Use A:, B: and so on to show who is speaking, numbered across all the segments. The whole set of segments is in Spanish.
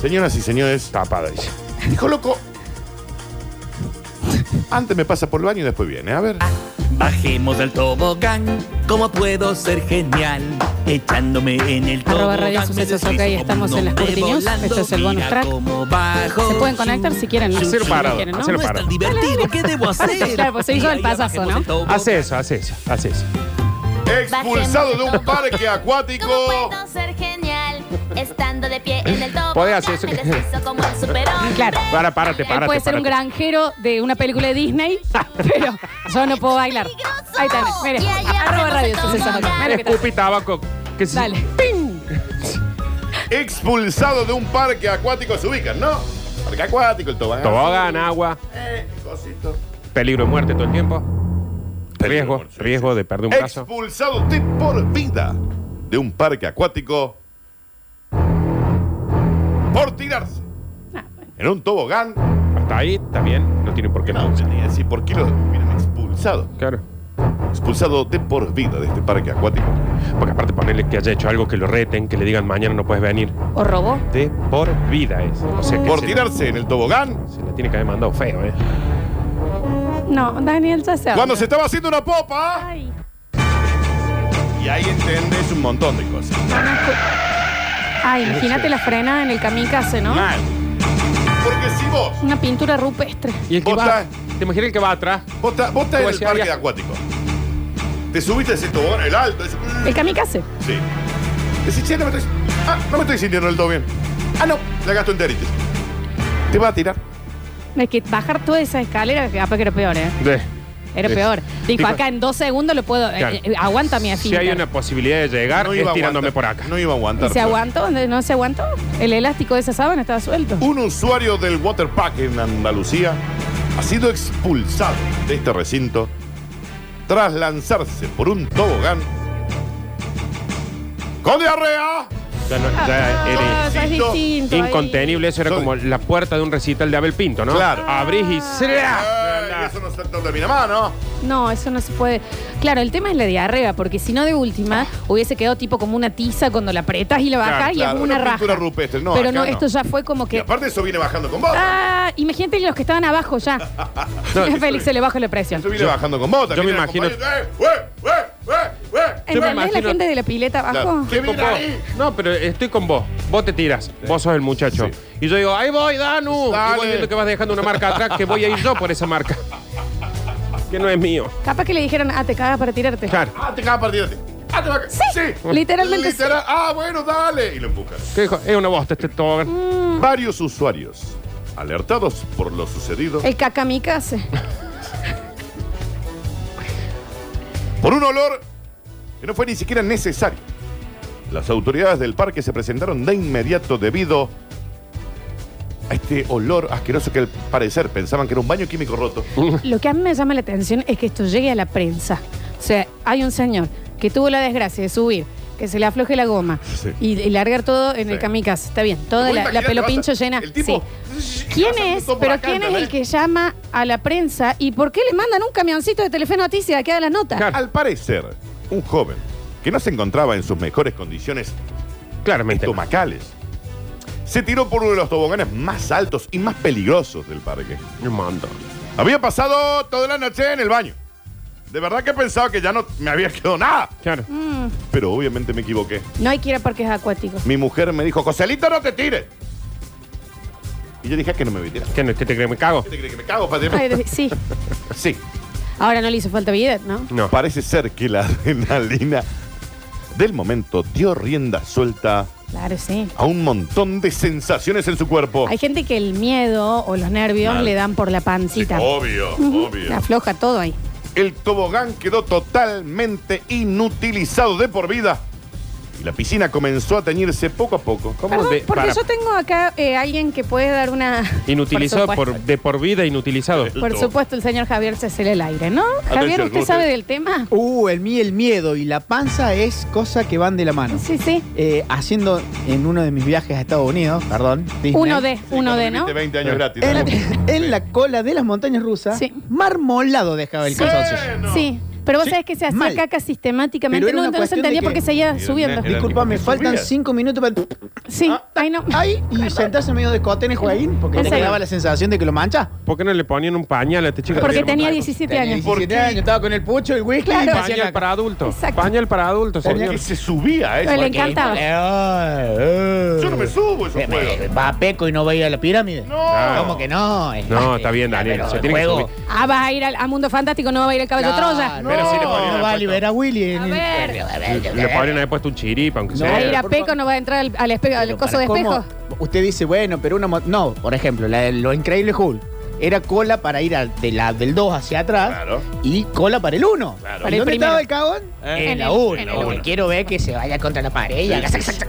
A: Señoras y señores,
B: Tapada dice.
A: dijo loco. Antes me pasa por el baño y después viene. A ver.
C: Bajemos del tobogán, ¿cómo puedo ser genial? Echándome en el
D: Arroba
C: tobogán.
D: Radio
C: me
D: Sucesos,
C: deslizo
D: ok, estamos
C: como
D: en las
C: un hombre
D: Curti News.
C: volando,
D: Este es el bonus
C: mira
D: track.
C: cómo bajo.
D: Se pueden conectar si quieren, ¿no?
B: Hacer
D: Si
B: parado,
D: quieren, ¿no? Pues,
B: hacer
C: No es tan
B: parado.
C: divertido, ¿qué debo hacer?
D: Claro, pues se hizo el pasazo, ¿no?
B: Hace eso, hace eso, hace eso.
A: Expulsado de un parque acuático.
E: ¿Cómo puedo ser genial? Estando de pie en el topo.
B: Podés hacer eso
E: Me
B: que-
E: deslizo como el superhombre.
D: Claro.
B: Para, párate,
D: Él
B: párate.
D: puede ser un
B: párate.
D: granjero de una película de Disney,
B: Ah.
D: pero yo no puedo bailar. Ahí está, mire.
E: Y allá
D: Arroba
E: vamos
D: Radio
E: a
D: Sucesos, ok.
E: tomar.
D: Mira qué tal.
B: Escupí tabaco. Que se-
D: Dale.
A: Expulsado de un parque acuático se ubican, ¿no? Parque acuático, el tobogán.
B: Tobogán, agua,
A: Eh, cosito.
B: peligro de muerte todo el tiempo.
A: Peligro de
B: Riesgo,
A: muerte, sí,
B: riesgo de perder un brazo.
A: Expulsado de por vida de un parque acuático por tirarse en un tobogán.
B: Hasta ahí también no tiene por qué
A: No,
B: expulsar.
A: ni decir por qué lo hubieran expulsado.
B: Claro.
A: Expulsado de por vida de este parque acuático.
B: Porque aparte ponerle que haya hecho algo que lo reten, que le digan mañana no puedes venir.
D: ¿O robó?
B: De por vida es. O sea que
A: Por
B: se,
A: tirarse en el tobogán
B: se la tiene que haber mandado feo, ¿eh?
D: No, Daniel ya se
A: cuando
D: habla.
A: se estaba haciendo una popa.
D: Ay.
A: Y ahí entendés un montón de cosas.
D: Ay, Ah, imagínate la frena en el kamikaze, ¿no?
A: Mal. Porque si vos,
D: Una pintura rupestre.
B: Y el que
A: Vos
B: va.
A: estás-
B: ¿Te imaginas el que va atrás?
A: vos estás vos estás en
B: Como
A: el
B: decía,
A: parque
B: había-
A: acuático, te subiste a ese tobogán, el alto, ese-
D: El kamikaze.
A: Sí. Decís, che, no me estoy, ah, no me estoy sintiendo del todo bien. Ah, no, la gasto enteritis. Te va a tirar.
D: Es que bajar toda esa escalera, capaz que era peor, ¿eh?
B: De.
D: Era
B: Sí.
D: peor. Dijo,
B: Dijo-
D: acá en dos segundos lo puedo. eh,
B: Claro.
D: eh, aguanta mi
B: Si
D: afín.
B: hay una posibilidad de llegar,
A: No
B: es
A: iba a
B: tirándome
A: aguantar.
B: por acá.
A: No iba a
D: ¿Y
A: aguantar.
D: se aguantó? ¿No se aguantó? El elástico de esa sábana estaba suelto.
A: Un usuario del waterpark en Andalucía ha sido expulsado de este recinto tras lanzarse por un tobogán con diarrea.
B: Ya, eh, no- ya
D: Ah,
B: era
D: ya es
A: distinto,
D: distinto ahí.
B: incontenible. Eso era
A: Soy-
B: como la puerta de un recital de Abel Pinto, ¿no?
A: Claro.
B: Abrís y.
A: Ay,
B: ¡zra!
A: Eh, eso no se termina más, ¿no?
D: No, eso no se puede. Claro, el tema es la diarrea, porque si no de última hubiese quedado tipo como una tiza cuando la apretas y la bajas
B: Claro,
D: y
A: claro,
D: es una
A: una
D: raja.
A: pintura rupestre. No,
D: Pero
A: acá
D: no,
A: no.
D: esto ya fue como
A: Y
D: que.
A: aparte eso viene bajando con vos.
D: Ah, imagínate los que estaban abajo ya.
B: No,
D: a Félix se le bajó la presión.
A: Eso viene bajando con vos. también
B: me
A: el
B: imagino-
A: compañero, eh, eh, eh, eh, eh.
B: Yo me
D: ¿Entendés la
B: imagino-
D: gente de la pileta abajo?
A: Claro. ¿Qué
B: Estoy
A: viene
B: con vos.
A: ahí?
B: No, pero estoy con vos. Vos te tiras. Vos sos el muchacho. Y yo digo, ahí voy, Danu. Y voy
A: Dale.
B: viendo que vas dejando una marca atrás, que voy a ir yo por esa marca. Que no es mío.
D: Capaz que le dijeron, ah, te cagas para tirarte.
B: Claro.
A: Ah, te cagas para tirarte. Ah, te va a... Sí.
D: literalmente sí.
A: Literal- Ah, bueno, dale. Y lo empujas.
B: ¿Qué dijo? Es una bosta este tobogán.
A: Varios usuarios, alertados por lo sucedido,
D: El cacamicase.
A: por un olor que no fue ni siquiera necesario. Las autoridades del parque se presentaron de inmediato debido a este olor asqueroso que al parecer pensaban que era un baño químico roto.
D: Lo que a mí me llama la atención es que esto llegue a la prensa. O sea, hay un señor que tuvo la desgracia de subir, que se le afloje la goma
A: Sí.
D: y, y largar todo en
A: Sí.
D: el kamikaze. Está bien, toda
A: Vos
D: la, la
A: imaginate,
D: pelo pincho
A: vas a-
D: llena.
A: el tipo-
D: sí. ¿Quién
A: vas a
D: es?
A: todo por
D: ¿Pero
A: acá,
D: quién es el
A: ¿entendés?
D: que llama a la prensa y por qué le mandan un camioncito de Telefe Noticias que haga la nota?
B: Claro.
A: Al parecer, un joven que no se encontraba en sus mejores condiciones
B: Claramente. no.
A: estomacales se tiró por uno de los toboganes más altos y más peligrosos del parque.
B: Un montón.
A: Había pasado toda la noche en el baño. De verdad que pensaba que ya no me había quedado nada.
B: Claro.
A: Pero obviamente me equivoqué.
D: No hay que ir a parques acuáticos.
A: Mi mujer me dijo, Joselito, no te tires. Y yo dije, "Es que no me voy a tirar.
B: ¿Qué, no- qué te crees? ¿Me cago?
A: ¿Qué te crees que me cago, padre?
D: Ay, de- sí.
A: Sí.
D: Ahora no le hizo falta bidet, ¿no?
B: No.
A: Parece ser que la adrenalina del momento dio rienda suelta
D: Claro, sí.
A: a un montón de sensaciones en su cuerpo.
D: Hay gente que el miedo o los nervios
A: Oh. Mal.
D: le dan por la
A: Sí,
D: pancita.
A: obvio,
D: Le
A: obvio.
D: afloja todo ahí.
A: El tobogán quedó totalmente inutilizado de por vida. Y la piscina comenzó a teñirse poco a poco.
B: ¿Cómo
D: Perdón,
B: de-
D: porque
B: para-
D: yo tengo acá eh, alguien que puede dar una.
B: Inutilizado por,
D: supuesto.
B: de por vida inutilizado.
A: El
D: Por
A: todo.
D: supuesto, el señor Javier se el aire, ¿no? Javier,
A: Atención,
D: ¿usted
A: ¿cómo
D: sabe
A: te-
D: del tema?
F: Uh, el, mí- el miedo y la panza es cosa que van de la mano.
D: Sí, sí.
F: Eh, haciendo en uno de mis viajes a Estados Unidos, perdón, Disney,
D: Uno de,
A: Sí,
D: uno
A: cuando
D: de, ¿no?
A: viviste 20 años
B: Sí.
A: gratis.
F: en,
A: ¿no?
F: en la cola de las montañas rusas,
D: Sí.
F: marmolado dejaba el
D: Sí.
F: calzoncillo.
A: Bueno.
D: Sí. Pero vos
F: Sí,
D: sabés que se hacía
F: mal.
D: caca sistemáticamente.
F: Pero era
D: No,
F: una
D: no se
F: cuestión de
D: entendía
F: que-
D: por qué seguía
A: Era-
D: subiendo.
A: era-
F: Disculpa, me
A: que
F: faltan
A: subía.
F: cinco minutos para el...
D: Sí,
F: Ah,
D: ay no.
F: Ahí y sentarse medio de cote en el jueguín porque
D: En
F: te
D: serio.
F: quedaba la sensación de que lo mancha.
B: ¿Por qué no le ponían un pañal a este chico?
D: Porque
B: Le ponían
D: tenía
B: un
D: 17
F: Tenía
D: años.
A: ¿Por
F: 17
A: qué?
F: años, estaba con el pucho, el whisky
D: Claro.
F: y
B: Pañal
F: hacía
B: para adultos.
D: Exacto.
B: Pañal para adultos,
A: Tenía
B: señor.
A: que se subía a eso. ¿eh?
D: Le encantaba.
F: Eh,
A: Yo no me subo a esos juegos.
F: Va a Peco y no veía la pirámide.
A: No.
F: ¿Cómo que no? Es-
B: No, está bien, Daniel,
F: Pero
B: se
F: el
B: tiene que
F: juego-
B: subir.
D: Ah, vas a ir al, a Mundo Fantástico, no va a ir al caballo
F: Claro,
D: Troya.
F: No,
B: Pero sí le ponían
F: no va a
B: puesto-
F: liberar a Willy. en
D: A
F: el-
D: ver,
B: Le podrían haber puesto un chiripa, aunque
F: No.
D: va a ir
B: sea.
D: a
F: por
D: Peco,
F: favor.
D: no va a entrar al, al espejo, al
F: Pero
D: coso de
F: para cómo-
D: espejo.
F: Usted dice, bueno, pero una... mo- No, por ejemplo, la de lo increíble Hulk. Era cola para ir al- de la, del 2 hacia atrás
A: Claro.
F: y cola para el 1.
A: Claro.
F: ¿Y
A: Para
D: el
F: ¿Dónde
D: primero.
F: estaba el cagón?
D: En
A: Eh,
D: el-
F: la 1.
D: en el
F: Lo que
D: uno.
F: quiero ver es que se vaya contra la pared. y haga sac, sac, sac.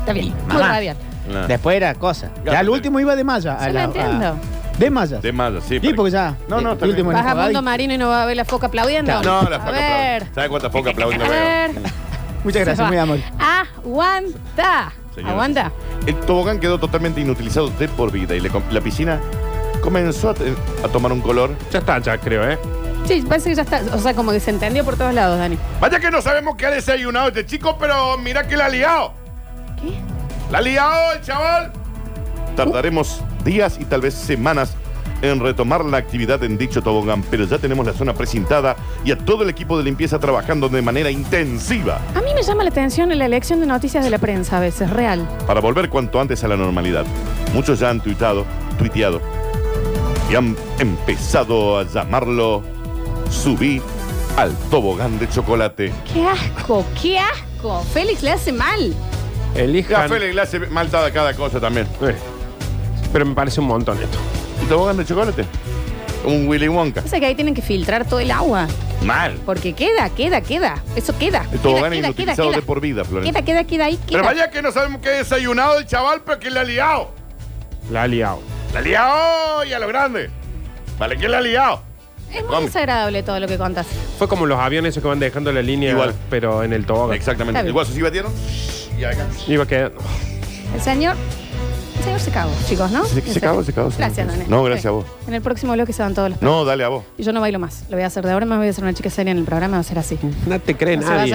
D: Está bien, muy
F: Mamá.
D: radiante.
F: Después era cosa. Ya el último iba de malla.
D: Yo
F: la-
D: no entiendo.
F: de malla.
A: De mala, sí.
F: Sí, porque ya.
A: No, no,
F: el
A: está bien.
F: último en
D: Vas a
F: Enjuagadito.
D: Mundo Marino y no va a ver la foca aplaudiendo.
A: No, la
D: A
A: foca
D: ver.
A: aplaude. ¿Sabe cuántas foca
D: A
A: aplaudiendo veo?
D: ver.
F: Muchas
D: Se va.
F: gracias, mi amor.
D: Aguanta.
A: Señoras.
D: Aguanta.
A: El tobogán quedó totalmente inutilizado de por vida y le com- la piscina comenzó a, te- a tomar un color.
B: Ya está, ya creo, ¿eh?
D: Sí, parece que ya está. O sea, como que se entendió por todos lados, Dani.
A: Vaya que no sabemos qué ha desayunado este chico, pero mira que la ha liado.
D: ¿Qué?
A: ¡La ha liado el chaval! Tardaremos días y tal vez semanas en retomar la actividad en dicho tobogán, pero ya tenemos la zona precintada y a todo el equipo de limpieza trabajando de manera intensiva
D: A mí me llama la atención la elección de noticias de la prensa a veces, real.
A: para volver cuanto antes a la normalidad. Muchos ya han tuitado, tuiteado y han empezado a llamarlo Subí al tobogán de chocolate.
D: ¡Qué asco! ¡Qué asco! Félix le hace mal.
A: Ya,
B: Elijan.
A: Félix, le hace maltada cada cosa también.
B: Eh, Pero me parece un montón esto.
A: ¿Y tobogán de chocolate? Un Willy Wonka.
D: Pasa que ahí tienen que filtrar todo el agua.
A: Mal.
D: Porque queda, queda, queda. Eso queda.
A: El
D: Queda,
A: tobogán
D: queda, queda,
A: inutilizado
D: queda.
A: de por vida, Florencia.
D: Queda, queda, queda ahí,
A: Pero
D: queda.
A: vaya que no sabemos qué ha desayunado el chaval, pero que la ha liado.
B: La ha liado.
A: La ha liado y a lo grande. Vale, que la ha liado.
D: Es muy
A: Come.
D: desagradable todo lo que contas.
B: Fue como los aviones esos que van dejando la línea,
A: Igual.
B: pero en el tobogán.
A: Exactamente.
D: Está bien.
A: El guaso sí batieron. Y acá.
B: Iba quedando.
D: El señor. El señor se cagó, chicos, ¿no?
A: Se- se
D: En serio.
A: cagó, se cagó, se
D: Gracias,
A: cagó.
D: Dani.
A: No, gracias a vos.
D: En el próximo bloque se van todos los.
A: No, dale a vos.
D: Y yo no bailo más. Lo voy a hacer de ahora más. Voy a ser una chica seria en el programa. Va a ser así.
B: No te cree
D: No se
B: nadie.
D: vayan